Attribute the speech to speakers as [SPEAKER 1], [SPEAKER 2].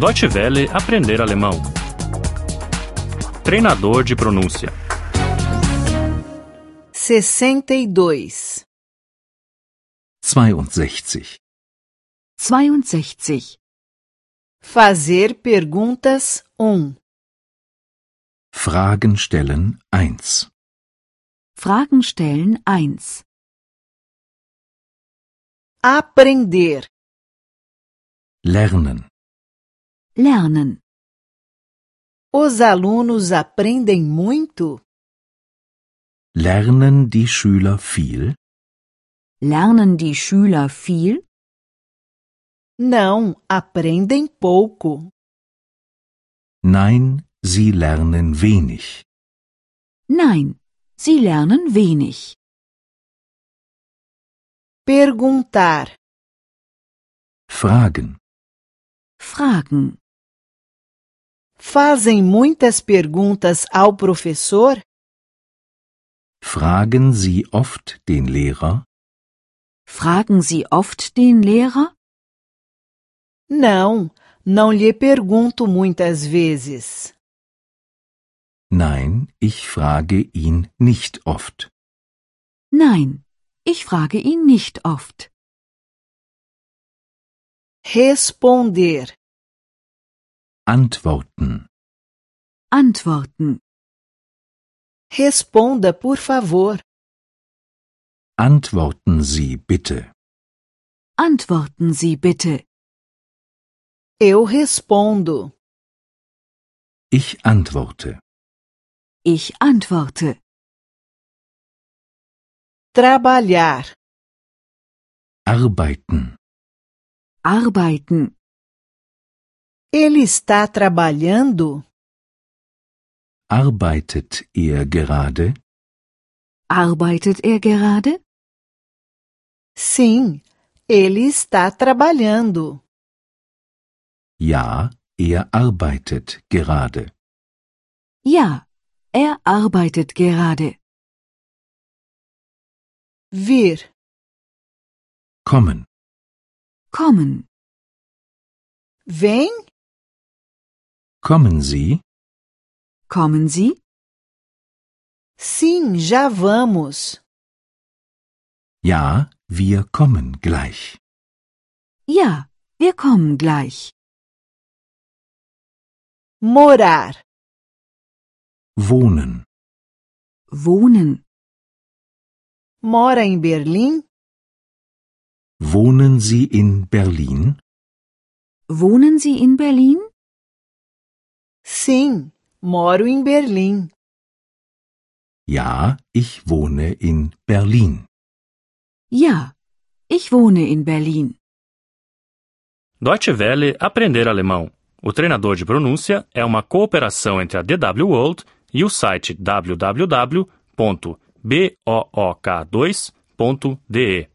[SPEAKER 1] Deutsche Welle aprender alemão. Treinador de pronúncia.
[SPEAKER 2] 62.
[SPEAKER 3] 62.
[SPEAKER 4] 62.
[SPEAKER 2] Fazer perguntas 1.
[SPEAKER 3] Fragen stellen 1.
[SPEAKER 4] Fragen stellen 1.
[SPEAKER 2] Aprender.
[SPEAKER 3] Lernen.
[SPEAKER 4] Lernen.
[SPEAKER 2] Os alunos aprendem muito?
[SPEAKER 3] Lernen die Schüler viel?
[SPEAKER 4] Lernen die Schüler viel?
[SPEAKER 2] Não, aprendem pouco.
[SPEAKER 3] Nein, sie lernen wenig.
[SPEAKER 4] Nein, sie lernen wenig.
[SPEAKER 2] Perguntar.
[SPEAKER 3] Fragen.
[SPEAKER 4] Fragen.
[SPEAKER 2] Fazem muitas perguntas ao professor?
[SPEAKER 3] Fragen Sie oft den Lehrer?
[SPEAKER 4] Fragen Sie oft den Lehrer?
[SPEAKER 2] Não, não lhe pergunto muitas vezes.
[SPEAKER 3] Nein, ich frage ihn nicht oft.
[SPEAKER 4] Nein, ich frage ihn nicht oft.
[SPEAKER 2] Responder.
[SPEAKER 3] Antworten.
[SPEAKER 4] Antworten.
[SPEAKER 2] Responda, por favor.
[SPEAKER 3] Antworten Sie bitte.
[SPEAKER 4] Antworten Sie bitte.
[SPEAKER 2] Eu respondo.
[SPEAKER 3] Ich antworte.
[SPEAKER 4] Ich antworte.
[SPEAKER 2] Trabalhar.
[SPEAKER 3] Arbeiten.
[SPEAKER 4] Arbeiten.
[SPEAKER 2] Ele está trabalhando?
[SPEAKER 3] Arbeitet er gerade?
[SPEAKER 4] Arbeitet er gerade?
[SPEAKER 2] Sim, ele está trabalhando.
[SPEAKER 3] Ja, er arbeitet gerade.
[SPEAKER 4] Ja, er arbeitet gerade.
[SPEAKER 2] Vir.
[SPEAKER 3] Kommen.
[SPEAKER 4] Kommen.
[SPEAKER 2] Vem?
[SPEAKER 3] Kommen Sie?
[SPEAKER 4] Kommen Sie?
[SPEAKER 2] Sim, já vamos.
[SPEAKER 3] Ja, wir kommen gleich.
[SPEAKER 4] Ja, wir kommen gleich.
[SPEAKER 2] Morar.
[SPEAKER 3] Wohnen.
[SPEAKER 4] Wohnen.
[SPEAKER 2] Mora em Berlim?
[SPEAKER 3] Wohnen Sie in Berlin?
[SPEAKER 4] Wohnen Sie in Berlin?
[SPEAKER 2] Sim, moro em Berlim.
[SPEAKER 3] Ja, ich wohne in Berlin.
[SPEAKER 4] Ja, ich wohne in Berlin.
[SPEAKER 1] Deutsche Welle aprender alemão. O treinador de pronúncia é uma cooperação entre a DW World e o site www.book2.de.